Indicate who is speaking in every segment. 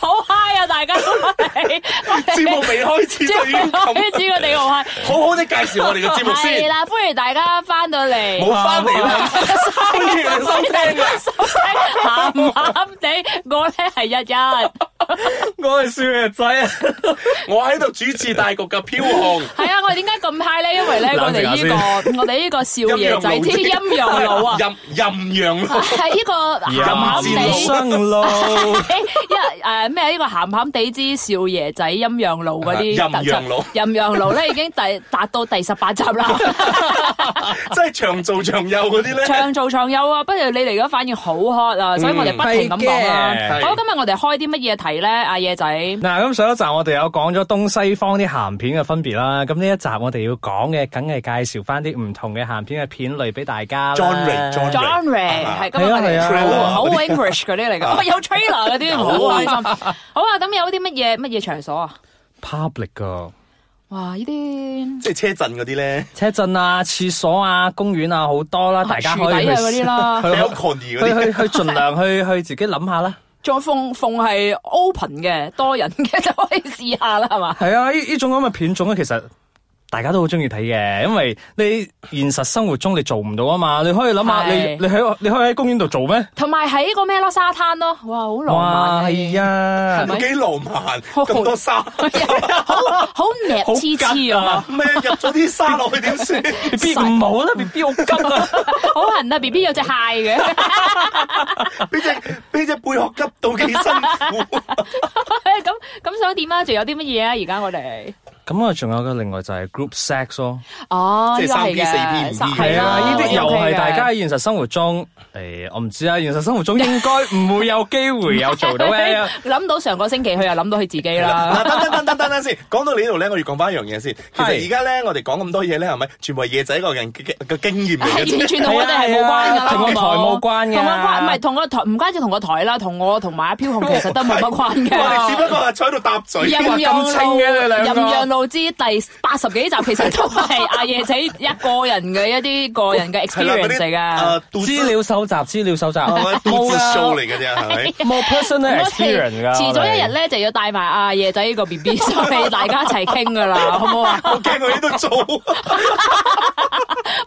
Speaker 1: 好嗨啊！大家都係
Speaker 2: 節目未開始就已經咁，
Speaker 1: 知我哋好嗨。
Speaker 2: 好好地介紹我哋嘅節目
Speaker 1: 係
Speaker 2: 先，
Speaker 1: 啦，歡迎大家翻到嚟，
Speaker 2: 冇翻嚟啦，歡迎你收聽啊！
Speaker 1: 鹹鹹地，我咧係日日，
Speaker 3: 我係少爺仔啊！
Speaker 2: 我喺度主持大局嘅飄紅，
Speaker 1: 係啊！我哋點解咁嗨咧？因為咧，我
Speaker 3: 冷靜
Speaker 1: 哋
Speaker 3: 下
Speaker 1: 呢個我哋呢個少爺仔添陰陽路啊，
Speaker 2: 陰陰 陽路，
Speaker 1: 係呢個鹹鹹
Speaker 2: 陰
Speaker 1: 地
Speaker 2: 陽。
Speaker 3: 生路，
Speaker 1: 一誒咩呢個鹹鹹地之少爺仔陰陽路 嗰啲
Speaker 2: 陰
Speaker 1: 特輯
Speaker 2: 陽路
Speaker 1: 陰陽路咧已經第 達到第十八集 啦，
Speaker 2: 即係長做長有嗰啲咧，
Speaker 1: 長做長有啊！不如你嚟咗反應好 hot
Speaker 3: 嗯
Speaker 1: 啊，所以我哋不停咁講
Speaker 3: 係
Speaker 1: 啦。
Speaker 2: 嘅
Speaker 1: 好，今日我哋開啲乜嘢題咧？阿野仔，
Speaker 3: 嗱，咁上一集我哋有講咗東西方啲鹹片嘅分別啦，咁呢一集我哋要講嘅，梗係介紹翻啲唔同嘅鹹片嘅片類俾大家啦。
Speaker 2: Genre，genre
Speaker 1: genre 係今日我
Speaker 3: 係啊啊係
Speaker 1: 哋
Speaker 3: 啊
Speaker 1: 好 English 嗰啲嚟 㗎，哦有 trailer 嗰啲，好開心。好啊，咁有啲乜嘢乜嘢場所啊？
Speaker 3: public 噶，
Speaker 1: 哇！呢啲
Speaker 2: 即係車震嗰啲咧
Speaker 3: 車震啊、廁所啊、公園啊，好多啦，大家
Speaker 1: 樹
Speaker 3: 可
Speaker 1: 底
Speaker 3: 以去
Speaker 1: 啊嗰啲啦，
Speaker 2: ，balcony
Speaker 3: 去
Speaker 2: 嗰啲
Speaker 3: 去去盡量去去自己諗下啦。
Speaker 1: 仲逢逢係 open 嘅多人嘅 就可以試下啦，係嘛？
Speaker 3: 係啊，呢呢種咁嘅片種咧，其實大家都好中意睇嘅，因為你現實生活中你做唔到啊嘛，你可以諗下，你
Speaker 1: 係
Speaker 3: 你喺你可以喺公園度做咩？
Speaker 1: 同埋喺個咩咯沙灘咯，哇，好浪漫
Speaker 3: 哇，係啊
Speaker 1: 係咪，
Speaker 2: 幾浪漫，咁多沙，
Speaker 1: 好好đẹp
Speaker 3: 好
Speaker 1: 黐黐啊！
Speaker 2: 咩入咗啲沙落去 點算？
Speaker 3: B B 唔好啦，B B 好急啊！
Speaker 1: 好痕啊！B B 有隻蟹嘅，
Speaker 2: 俾只俾只貝殼急到幾辛苦。
Speaker 1: 咁咁想點啊？仲有啲乜嘢啊？而家我哋
Speaker 3: 咁啊，仲有個另外就係 group sex 咯，
Speaker 1: 哦，
Speaker 2: 即
Speaker 1: 呢
Speaker 2: 係
Speaker 1: 個係嘅
Speaker 2: 3P 4P 唔知係
Speaker 3: 係啊，
Speaker 2: 啊
Speaker 3: 呢啲又
Speaker 1: OK
Speaker 3: 係
Speaker 1: 嘅
Speaker 3: 大 家喺現實生活中，誒，我唔知啊，現實生活中應該唔會有機會有做 到嘅。
Speaker 1: 諗到上個星期佢又諗到佢自己啦
Speaker 2: 嗱，。等等等等等等先，講到你呢度咧，我要講翻一樣嘢先。其實
Speaker 3: 係
Speaker 2: 而家咧，我哋講咁多嘢咧，係咪全部係野仔個人嘅嘅經驗嚟嘅
Speaker 1: 係 完
Speaker 2: 啫？
Speaker 1: 全同我哋係冇關噶啦，
Speaker 3: 同個台
Speaker 1: 好
Speaker 3: 冇
Speaker 1: 好
Speaker 3: 關㗎
Speaker 1: 同個關唔係同個台唔關住同個台啦，同我同埋阿飄紅其實都冇乜 關
Speaker 2: 我哋只
Speaker 1: 嘅。
Speaker 2: 不過係坐喺度搭 嘴。
Speaker 1: 任
Speaker 3: 哇
Speaker 1: 陽
Speaker 3: 咁清
Speaker 1: 路，
Speaker 3: 嘅你兩個
Speaker 1: 任陽路之第八十幾集其實都係阿夜仔一個人嘅一啲個人嘅
Speaker 2: 係啦嗰
Speaker 1: experience 嚟
Speaker 2: 啲
Speaker 1: 㗎。
Speaker 2: 誒杜
Speaker 3: 資料搜集，資 料搜 集，
Speaker 2: 啊杜
Speaker 3: 冇
Speaker 2: 之 show
Speaker 3: 啊，
Speaker 2: 嚟嘅啫，係咪？
Speaker 3: 冇 personal
Speaker 1: 我
Speaker 3: experience 噶。
Speaker 1: 遲早一日咧就要帶埋阿夜仔呢個 B B 上嚟，大家一齊傾㗎啦，好唔好啊
Speaker 2: 我驚佢喺度做，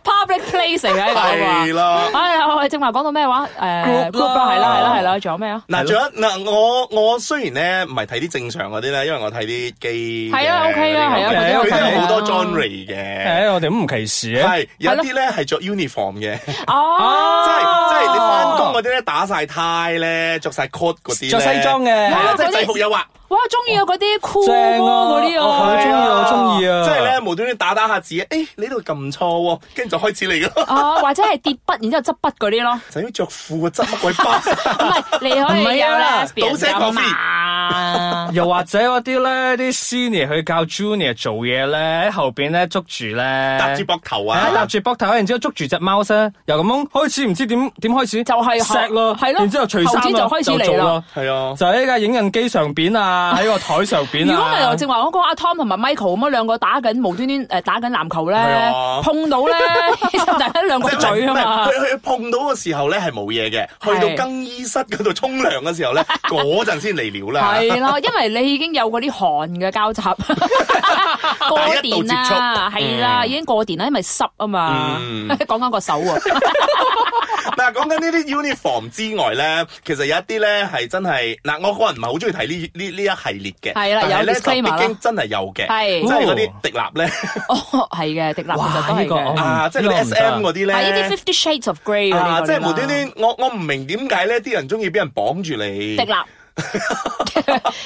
Speaker 1: ？Public place 嚟嘅呢
Speaker 2: 係
Speaker 1: 個
Speaker 2: 啦。
Speaker 1: 啊！哎，我哋正話講到咩話？誒 À,
Speaker 3: Group
Speaker 1: group 啦，
Speaker 3: 啦
Speaker 1: 係啦，係啦，係啦，仲有咩啊？
Speaker 2: 嗱，仲有嗱，我我雖然咧唔係睇啲正常嗰啲咧，因為我睇啲機嘅
Speaker 1: 係啊，OK 啊係啊
Speaker 3: 嗰啲我
Speaker 2: 佢
Speaker 3: 睇
Speaker 2: 都有好多
Speaker 1: 啊
Speaker 2: genre 嘅，
Speaker 3: 誒，我哋都唔歧視啊。
Speaker 2: 係有啲咧係着 uniform 嘅。
Speaker 1: Ờ. 哦，
Speaker 2: 即係即係你
Speaker 1: Ờ.
Speaker 2: 翻工嗰啲咧打晒呔咧，着晒 coat 嗰啲呢
Speaker 3: 着西裝嘅
Speaker 2: 係啦，即
Speaker 1: 嗰啲
Speaker 2: 係制服誘惑，
Speaker 1: 哇，中意啊嗰啲酷
Speaker 3: 正
Speaker 1: 嗰
Speaker 3: 啊！
Speaker 1: 啲
Speaker 3: 我好
Speaker 1: 啊，
Speaker 3: 中意，我中意啊！
Speaker 2: 即係咧無端端打打下字，誒你呢度撳錯喎，跟住就開始 嚟㗎咯，
Speaker 1: 啊，或者係跌筆，然之後執筆嗰啲咯，
Speaker 2: 就要着褲嘅啊執乜鬼包？
Speaker 1: 唔係啊你可以有
Speaker 3: 唔係啊
Speaker 1: lesbian
Speaker 2: 倒瀉
Speaker 1: 㗎
Speaker 2: coffee
Speaker 1: 嘛，
Speaker 3: 又或者嗰啲咧，啲 senior 去教 junior 做嘢咧，喺後邊咧捉住咧，
Speaker 2: 搭住膊頭
Speaker 3: 係啊搭
Speaker 2: 啊！
Speaker 3: 住膊頭，然之後捉住隻貓咧，又咁樣開始唔知點點開始，
Speaker 1: 就係
Speaker 3: 錫咯，
Speaker 1: 係咯
Speaker 3: 然之後除衫
Speaker 1: 後
Speaker 3: 咯
Speaker 1: 邊就開始嚟啦
Speaker 3: 做咯，
Speaker 2: 係啊，
Speaker 3: 就喺架影印機上 邊啊，喺個台上邊
Speaker 1: 如果唔係
Speaker 3: 啊
Speaker 1: 我，正話我講阿 Tom 同埋 Michael 咁樣兩個打緊無端端誒打緊籃球咧
Speaker 2: 係啊，
Speaker 1: 碰到咧， 其實大家兩個
Speaker 2: 即係
Speaker 1: 嘴啊
Speaker 2: 唔係
Speaker 1: 嘛
Speaker 2: 佢。佢碰到嘅時候咧係冇嘢嘅，
Speaker 1: 係
Speaker 2: 去到更衣室嗰度沖涼嘅時候咧，嗰陣先嚟料啦。
Speaker 1: 係啦，因為你已經有嗰啲汗嘅交 集，過電啦，係啦，已經過電啦，因為濕啊 嘛。
Speaker 2: 嗯
Speaker 1: 講緊個手喎，
Speaker 2: 嗱，講緊呢啲 uniform 之外咧，其實有一啲咧係真係嗱，我個人唔係好中意睇呢呢呢一系列嘅，
Speaker 1: 係啦
Speaker 2: 但係
Speaker 1: 有
Speaker 2: 咧
Speaker 1: disclaimer 啦
Speaker 2: 就畢竟真係有嘅，
Speaker 1: 係
Speaker 2: 即係嗰啲迪立咧。
Speaker 1: 哦，係嘅，迪立其實都
Speaker 3: 哇
Speaker 1: 係
Speaker 3: 呢個
Speaker 1: 嘅。
Speaker 3: 我
Speaker 2: 啊，
Speaker 3: 嗯
Speaker 2: 即係嗰啲
Speaker 3: 呢個唔得
Speaker 2: S.M. 嗰啲
Speaker 1: 係呢啲
Speaker 2: 咧，
Speaker 1: Fifty Shades of Grey 嗰啲嗰啲
Speaker 2: 啊，
Speaker 1: 啦
Speaker 2: 即係無端端，我我唔明點解咧，啲人中意俾人綁住你
Speaker 1: 迪。啊立，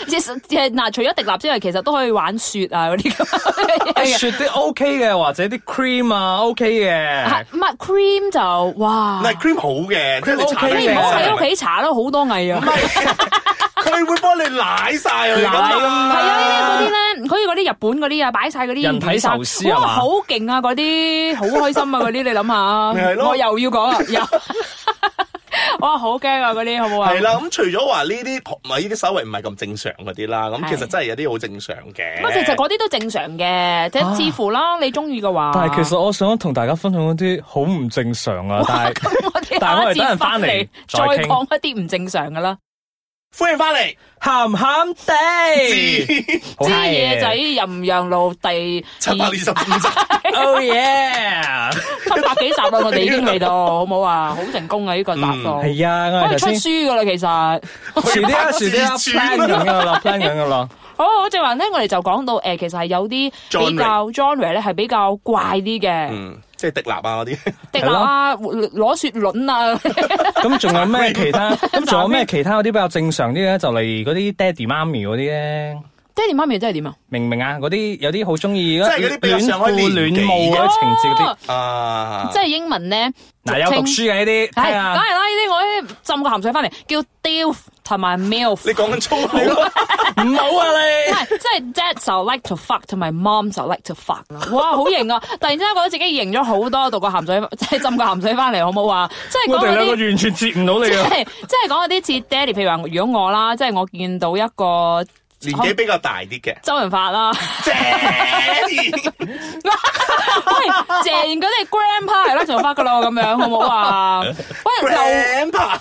Speaker 1: 即係即係嗱，除咗迪立之外，其實都可以玩雪啊嗰啲 咁嘅嘢。
Speaker 3: 雪哎啲 OK 嘅，或者啲 cream 啊 OK 嘅
Speaker 1: 係，唔係 cream 就哇
Speaker 2: 唔係 cream 好嘅，即係你
Speaker 3: OK
Speaker 2: 搽
Speaker 1: 你
Speaker 2: 得
Speaker 1: 唔好
Speaker 2: 晒
Speaker 1: 喺屋企搽啦，好多藝
Speaker 2: 唔
Speaker 1: 啊。
Speaker 2: 係，佢會幫你舐晒佢㗎
Speaker 3: 舐啊
Speaker 1: 係
Speaker 2: 嘛。
Speaker 1: 啊，呢啲嗰啲咧，好似嗰啲日本嗰啲啊，擺晒嗰啲
Speaker 3: 人體壽司啊
Speaker 1: 哇，
Speaker 3: 嘛
Speaker 1: 好勁啊！ 嗰啲好開心啊！嗰啲你諗下，
Speaker 2: 咪係咯
Speaker 1: 我又要講啊，又 哇，好驚啊！嗰啲好唔好啊？
Speaker 2: 係啦，咁除咗話呢啲唔係呢啲稍微唔係咁正常嗰啲啦，咁其實真係有啲好正常嘅。
Speaker 1: 咁啊，其實嗰啲都正常嘅，即係似乎啦，你中意嘅話。
Speaker 3: 啊但係其實我想同大家分享嗰啲好唔正常啊，但係
Speaker 1: 咁我哋
Speaker 3: 但
Speaker 1: 下
Speaker 3: 係我
Speaker 1: 一
Speaker 3: 哋等
Speaker 1: 節翻
Speaker 3: 陣返
Speaker 1: 嚟
Speaker 3: 嚟
Speaker 1: 再
Speaker 3: 再
Speaker 1: 講
Speaker 3: 傾
Speaker 1: 一啲唔正常嘅啦。
Speaker 2: 歡迎翻嚟，
Speaker 3: 鹹鹹地，好
Speaker 1: 知
Speaker 3: high
Speaker 1: 嘢
Speaker 3: 嘅
Speaker 1: 仔任讓路第
Speaker 2: 七百
Speaker 1: 二
Speaker 2: 二十五集。
Speaker 3: ，Oh yeah，
Speaker 1: 七百幾集啦，我哋已經嚟 到，好唔好啊？好成功啊！呢個答案，我
Speaker 3: 係啊，我哋
Speaker 1: 哋出
Speaker 3: 頭先
Speaker 1: 書噶啦，其實。
Speaker 3: 遲啲啦，遲 啲啦啊
Speaker 2: 自主
Speaker 3: ，plan 緊噶啦，plan 緊噶啦，
Speaker 1: 好，我正話咧，我哋就講到誒，其實係有啲比較 genre 咧係比較怪啲嘅，
Speaker 2: 嗯，即係迪立啊嗰啲，
Speaker 1: 滴立啊、攞雪卵 啊，
Speaker 3: 咁仲有咩其他？咁仲有咩其他嗰啲比較正常啲咧？就例如嗰啲爹哋媽咪嗰啲咧。
Speaker 1: 爹哋媽咪真係點啊？
Speaker 3: 明唔明啊？嗰啲有啲好中意，
Speaker 2: 係嗰啲比較上可以
Speaker 3: 戀父
Speaker 2: 年
Speaker 3: 戀
Speaker 2: 紀
Speaker 3: 母嗰啲情節嗰啲
Speaker 1: 哦，
Speaker 2: 啊，
Speaker 1: 即係英文咧，
Speaker 3: 嗱有讀書嘅呢啲，
Speaker 1: 係，
Speaker 3: 睇
Speaker 1: 梗係啦，
Speaker 3: 下
Speaker 1: 呢啲我咧浸個鹹水翻嚟，叫 DILF 同埋 MILF。
Speaker 2: 你講緊粗口咯，
Speaker 3: 唔好啊
Speaker 1: 唔
Speaker 3: 你。
Speaker 1: 係，即係 dad 就 like to fuck，同埋 mom 就 like to fuck 啦。哇，好型啊！ 突然之間覺得自己型咗好多，讀個鹹水， 即係浸個鹹水翻嚟，好唔好啊？即係
Speaker 3: 我
Speaker 1: 講
Speaker 3: 哋兩
Speaker 1: 嗰
Speaker 3: 個
Speaker 1: 啲，
Speaker 3: 完全接唔到
Speaker 1: 即
Speaker 3: 你啊！
Speaker 1: 係即係講嗰啲似爹哋，譬如話如果我啦，即係我見到一個
Speaker 2: 年紀比較大啲嘅，
Speaker 1: 周潤發啦， 喂，
Speaker 2: 正
Speaker 1: 謝賢嗰啲 grandpa 係 like to fuck 噶咯，咁樣好唔好啊？喂，劉
Speaker 2: grandpa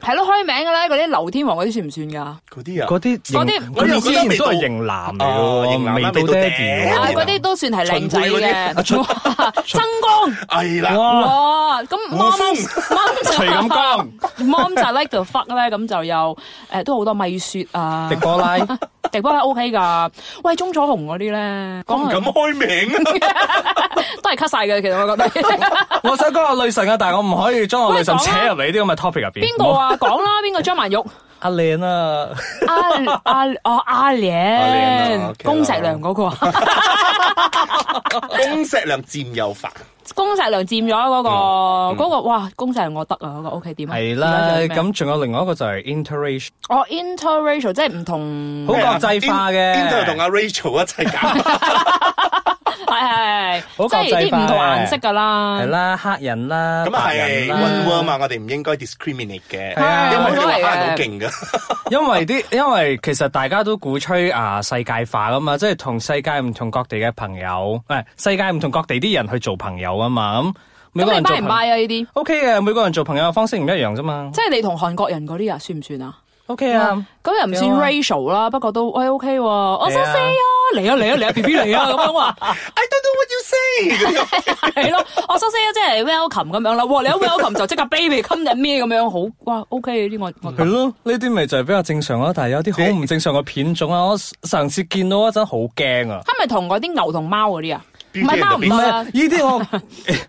Speaker 1: 係咯，開名嘅咧，嗰啲劉天王嗰啲算唔算㗎？
Speaker 2: 嗰啲啊，
Speaker 3: 嗰啲
Speaker 1: 嗰啲
Speaker 3: 型
Speaker 1: 我
Speaker 3: 嗰
Speaker 2: 又覺
Speaker 3: 啲
Speaker 2: 得
Speaker 3: 之前
Speaker 2: 未
Speaker 3: 都係
Speaker 2: 到
Speaker 3: 型男嚟
Speaker 2: 啊
Speaker 3: 嘅
Speaker 2: 型男啦
Speaker 3: 喎，
Speaker 2: 未
Speaker 3: 未到
Speaker 2: 到
Speaker 3: 爹
Speaker 2: 爹
Speaker 3: 哋
Speaker 2: 哋
Speaker 1: 啊，
Speaker 3: 喎
Speaker 2: 啦
Speaker 1: 嗰啲都算係靚仔嘅，
Speaker 3: 秦檜
Speaker 1: 哇 曾光。
Speaker 2: 係啦，
Speaker 3: 哇，
Speaker 1: 哇，咁 mom
Speaker 2: 風
Speaker 1: mom 就
Speaker 3: 徐錦江
Speaker 1: mom 就 like to fuck 咧，咁就有誒都好多米雪啊
Speaker 3: 迪，波拉，
Speaker 1: 迪波係 OK 噶。喂，鐘楚紅嗰啲咧，
Speaker 2: 我唔
Speaker 1: 講
Speaker 2: 敢
Speaker 1: 嚟
Speaker 2: 開名啊，
Speaker 1: 都係 cut 晒嘅，其實我覺得。
Speaker 3: 我想講我女神啊，但係我唔可以將我女神扯入嚟呢個咁嘅 topic 入邊。
Speaker 1: 邊個啊？講啦，邊個張 曼玉？
Speaker 3: 阿靚啊，
Speaker 1: 阿阿哦阿
Speaker 2: 蓮啊
Speaker 1: 蓮，
Speaker 2: ，OK 啦
Speaker 1: 龚石良嗰 個啊，
Speaker 2: 公石良佔有犯，
Speaker 1: 龚石良佔咗嗰個，
Speaker 2: 嗯嗯
Speaker 1: 嗰個哇，龚石良我得啊，嗰個 OK 點啊？
Speaker 3: 係
Speaker 1: 而
Speaker 3: 啦
Speaker 1: 家，叫咩
Speaker 3: 咁仲有另外一個就係 interracial，
Speaker 1: 我 interracial 即係唔同，
Speaker 3: 好國際化嘅
Speaker 2: i n 啊同阿 Rachel 一齊 搞，
Speaker 1: 係係係，即係啲唔同
Speaker 3: 好國際化嘅
Speaker 1: 顏色噶啦，
Speaker 3: 係啦，黑人啦，
Speaker 2: 咁啊
Speaker 3: 白
Speaker 2: 係
Speaker 3: 人啦
Speaker 2: one word 嘛，我哋唔應該 discriminate 嘅，
Speaker 3: 係啊
Speaker 2: 因為你話黑人好
Speaker 1: 冇所
Speaker 2: 勁噶，
Speaker 3: 因為啲，因為其實大家都鼓吹啊世界化噶嘛，即係同世界唔同各地嘅朋友，唔係世界唔同各地啲人去做朋友啊嘛。咁每個
Speaker 1: 咁
Speaker 3: 人
Speaker 1: 你
Speaker 3: 做
Speaker 1: buy 唔
Speaker 3: 朋友
Speaker 1: buy 啊？呢啲
Speaker 3: O K 嘅，每個人做朋友嘅方式唔一樣啫嘛。
Speaker 1: 即係你同韓國人嗰啲啊，算唔算啊？
Speaker 3: O K 啊，
Speaker 1: 咁又唔算
Speaker 3: 有啊
Speaker 1: racial 啦，不過都喂 OK 喎，我想
Speaker 3: 係啊
Speaker 1: say 啊，嚟啊嚟 啊嚟啊 B B 嚟啊咁樣話，
Speaker 2: I don't know what you say 嗰啲咁
Speaker 1: 係咯，我想 say 啊，即係 welcome 咁樣啦，哇你一 welcome 就即刻 baby 今日咩咁樣好，哇 OK 呢啲我
Speaker 3: 係
Speaker 1: 我
Speaker 3: 咯，呢啲咪就係比較正常咯。但係有啲好唔正常嘅片種啊，我上次見到嗰陣好驚啊。
Speaker 1: 係咪同嗰啲牛同貓嗰啲啊？唔
Speaker 2: Beauty
Speaker 1: 係
Speaker 2: and the
Speaker 1: 貓唔
Speaker 3: 唔係
Speaker 1: 得
Speaker 3: 啊，
Speaker 1: 啊
Speaker 3: 呢，啲我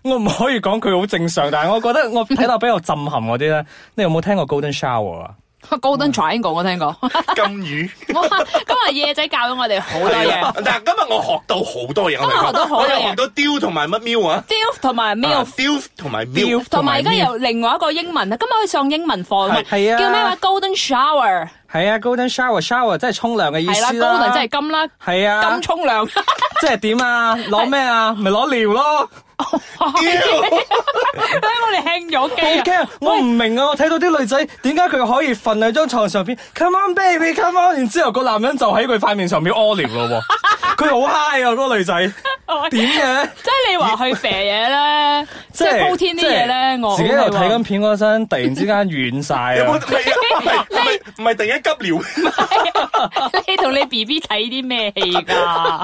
Speaker 3: 我唔可以講佢好正常，但係我覺得我睇到比較震撼嗰啲咧。你有冇聽過 Golden Shower 啊？
Speaker 1: Golden Triangle 我聽過，
Speaker 2: 金魚。
Speaker 1: 哇今日夜仔教咗我哋好多
Speaker 3: 啊
Speaker 1: 嘢哦
Speaker 2: 但係今日我學到好多嘢，我
Speaker 1: 今日學到好
Speaker 2: 我
Speaker 1: 多嘢
Speaker 2: 又學到雕同埋乜喵啊
Speaker 1: d i l f 同埋 m i l f
Speaker 2: 雕同埋喵
Speaker 3: Dilf
Speaker 1: 同埋而家
Speaker 3: 同埋 milf
Speaker 1: 有另外一個英文啊，今日可以上英文課啊嘛，
Speaker 3: 係係啊
Speaker 1: 叫咩話 Golden Shower。
Speaker 3: 係啊，golden shower shower 即係沖涼嘅意
Speaker 1: 係啦，
Speaker 3: 思
Speaker 1: 高能
Speaker 3: 啦。
Speaker 1: 真係金啦，
Speaker 3: 係啊
Speaker 1: 金，沖 涼。
Speaker 3: 即係點 啊？攞咩啊？咪攞尿咯。
Speaker 1: 啊
Speaker 2: 雕，
Speaker 1: 我哋輕咗
Speaker 3: 好
Speaker 1: 機啊！
Speaker 3: 驚！我唔明啊！我睇到啲女仔點解佢可以瞓喺張床上邊？Come on baby，come on！然之後個男人就喺佢塊面上邊屙尿 咯喎。佢好 high 啊！嗰個女仔點嘅？
Speaker 1: 即係你話去肥嘢咧，即係鋪天啲嘢咧，我
Speaker 3: 自己喺度睇緊片嗰陣，突然之間軟晒
Speaker 2: 有冇
Speaker 3: 啊！
Speaker 2: 唔係 唔係唔係突然間急尿，
Speaker 1: 緊。你同你 B B 睇啲咩戲㗎？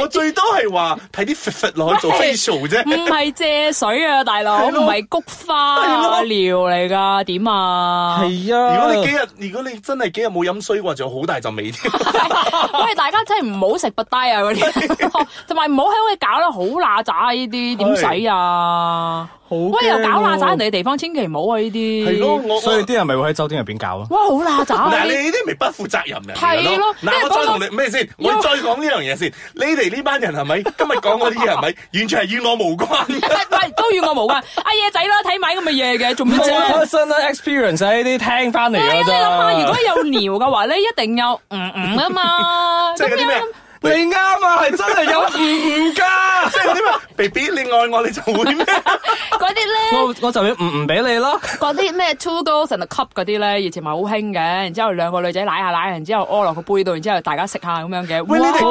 Speaker 2: 我最多係話睇啲佛佛落去 做 facial
Speaker 1: 唔
Speaker 2: 啫。
Speaker 1: 係借水啊，大佬，唔係菊花啊尿嚟㗎，點啊？
Speaker 3: 係
Speaker 2: 如
Speaker 3: 啊！
Speaker 2: 果你幾日，如果你真係幾日冇飲水嘅話，仲有好大陣 味添。
Speaker 1: 喂，大家真係唔好食不低啊嗰 啲，同埋唔好喺屋企搞得好乸渣呢啲，點使啊？
Speaker 3: 好
Speaker 1: 喂，又搞乸渣人
Speaker 3: 你，
Speaker 1: 哋嘅地方，千祈唔好啊呢啲。
Speaker 2: 係咯，我
Speaker 3: 所以
Speaker 2: 我
Speaker 3: 啲人咪會喺酒店入邊搞咯。
Speaker 1: 哇，好乸渣啊！
Speaker 2: 嗱，
Speaker 1: 呢啲
Speaker 2: 你呢啲咪不負責任人嚟
Speaker 1: 係咯
Speaker 2: 㗎咯。
Speaker 1: 因為
Speaker 2: 嗱，我
Speaker 1: 講
Speaker 2: 再
Speaker 1: 到
Speaker 2: 同你咩先？
Speaker 1: 因為
Speaker 2: 我再講呢樣嘢先。你哋呢班人係咪今日講嗰啲嘢係咪 完全係與我無關？
Speaker 1: 喂，都與我無關。阿夜仔啦，睇埋咁嘅嘢嘅，做乜
Speaker 3: 冇
Speaker 1: 啫？
Speaker 3: personal experience 啊呢啲聽翻嚟
Speaker 1: 係啊，
Speaker 3: 㗎
Speaker 1: 你諗
Speaker 3: 咋
Speaker 1: 下，如。果有尿嘅話咧，一定有嗯嗯啊嘛。
Speaker 2: 即係嗰啲咩
Speaker 1: 咁樣
Speaker 3: 你啱啊，係真係有唔唔噶。
Speaker 2: 即係嗰啲咩，baby 你愛我你就會咩？
Speaker 1: 嗰啲咧，
Speaker 3: 我我就要唔唔俾你啦。
Speaker 1: 嗰啲咩 two girls and a cup 嗰啲咧，以前咪好興嘅。然之後兩個女仔奶下奶，然之後屙落個杯度，然之後大家食下咁樣嘅。
Speaker 2: 喂你哋
Speaker 1: 哇
Speaker 2: 好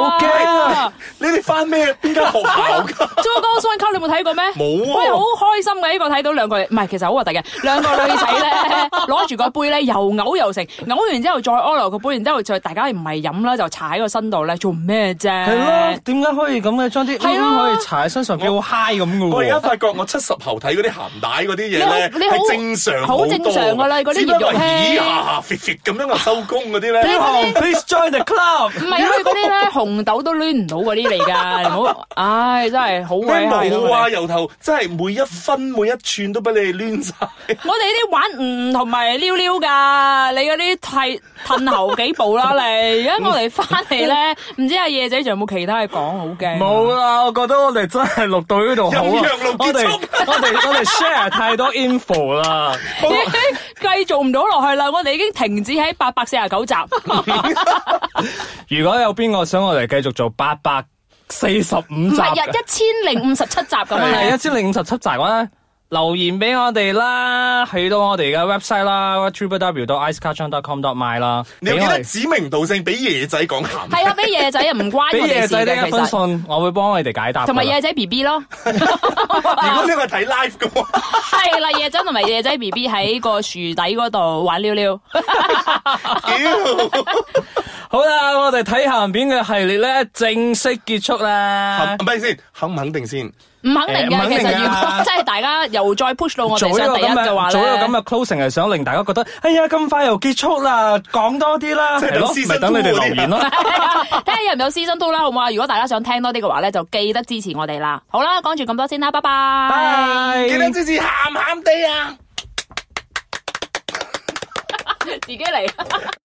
Speaker 2: 啊
Speaker 3: 驚
Speaker 2: 你哋翻咩邊間學校 㗎？
Speaker 1: Two Girls One Cup 你冇睇過咩？
Speaker 2: 冇啊
Speaker 1: 喂，好開心嘅呢個睇到兩個，唔係其實好核突嘅，兩個女仔咧攞住個杯咧又嘔又成，嘔完之後再屙落個杯，然之後再大家唔係飲啦，就踩喺個身度咧，做咩啫？
Speaker 3: 係咯，點解可以咁嘅？將啲
Speaker 1: 係
Speaker 3: 嗯
Speaker 1: 咯
Speaker 3: 可以搽喺身上，幾好 high 咁
Speaker 2: 我而
Speaker 3: 嘅
Speaker 2: 家
Speaker 3: 喎。
Speaker 2: 發覺我七十後睇嗰啲鹹帶嗰啲嘢
Speaker 1: 你好
Speaker 2: 咧，
Speaker 1: 你好
Speaker 2: 係正常
Speaker 1: 好
Speaker 2: 多
Speaker 1: 正常㗎啦嗰啲
Speaker 2: 只不過
Speaker 1: 熱肉
Speaker 2: 咦
Speaker 1: 咧
Speaker 2: 下下 fit fit 咁樣啊收工嗰啲咧，
Speaker 1: 你
Speaker 3: 朱紅 please join the club。
Speaker 1: 唔係佢嗰啲咧紅豆都攣唔到嗰啲嚟㗎，你唔 好，唉真係好
Speaker 2: 咩
Speaker 1: 鬼係
Speaker 2: 冇啊？
Speaker 1: 咁。
Speaker 2: 由頭真係每一分每一寸都俾你攣晒。
Speaker 1: 我哋呢啲玩唔同埋溜溜㗎，你嗰啲褪褪後幾步啦你，因為我哋翻嚟咧，唔知阿夜仔仲有冇其他嘢講好嘅？
Speaker 3: 冇啦，我覺得我哋真係錄到呢度好
Speaker 2: 陰
Speaker 3: 啊
Speaker 2: 陽路！
Speaker 3: 我
Speaker 2: 結
Speaker 3: 哋
Speaker 2: 束
Speaker 3: 我哋我哋 share 太多 info 啦。
Speaker 1: 已經繼續唔到落去啦，我哋已經停止喺八百四十九集。
Speaker 3: 如果有邊個想我哋繼續做八百四十五
Speaker 1: 唔
Speaker 3: 集
Speaker 1: 係日
Speaker 3: 嘅，
Speaker 1: 一千零五十七集咁
Speaker 3: 係一
Speaker 1: 樣。
Speaker 3: 千零五十七集啦。留言俾我哋啦，去到我哋嘅 website 啦 t r i p l w 到 icecarton.com.my 啦，
Speaker 2: 你有
Speaker 3: 俾
Speaker 2: 記
Speaker 3: 我
Speaker 2: 得
Speaker 3: 哋
Speaker 2: 指名道姓俾爺仔講鹹
Speaker 1: 係啊，俾夜仔啊唔關
Speaker 3: 俾
Speaker 1: 我哋
Speaker 3: 夜
Speaker 1: 事
Speaker 3: 仔呢
Speaker 1: 嘅，其
Speaker 3: 一封
Speaker 1: 實。
Speaker 3: 信，我會幫我哋解答㗎啦。
Speaker 1: 同埋夜仔 B B 咯，
Speaker 2: 如果呢個係睇 live 嘅話，
Speaker 1: 係啦，夜仔同埋夜仔 B B 喺個樹底嗰度玩溜溜，
Speaker 2: 屌
Speaker 3: 好啦，我哋睇鹹片嘅系列咧正式結束啦
Speaker 2: 唔。係先，肯唔肯定先？
Speaker 1: 唔肯定
Speaker 3: 誒唔
Speaker 1: 嘅。
Speaker 3: 肯
Speaker 1: 其
Speaker 3: 定
Speaker 1: 實
Speaker 3: 㗎
Speaker 1: 如 果真係大家又再 push 到我
Speaker 3: 做
Speaker 1: 哋
Speaker 3: 呢
Speaker 1: 上
Speaker 3: 個
Speaker 1: 第一
Speaker 3: 咁
Speaker 1: 嘅話咧
Speaker 3: 嘅，做，呢個咁嘅 closing 係想令大家覺得，哎呀咁快又結束啦，講多啲啦，
Speaker 2: 即係
Speaker 3: 係咯
Speaker 2: 等，season
Speaker 3: 咪等你哋
Speaker 2: two 嗰啲
Speaker 3: 留 言咯。
Speaker 1: 睇下有唔有 season two 啦，好唔好啊？如果大家想聽多啲嘅話咧，就記得支持我哋啦。好啦，講住咁多先啦，拜拜。
Speaker 3: 拜
Speaker 2: 記得支持鹹鹹地啊！
Speaker 1: 自己嚟。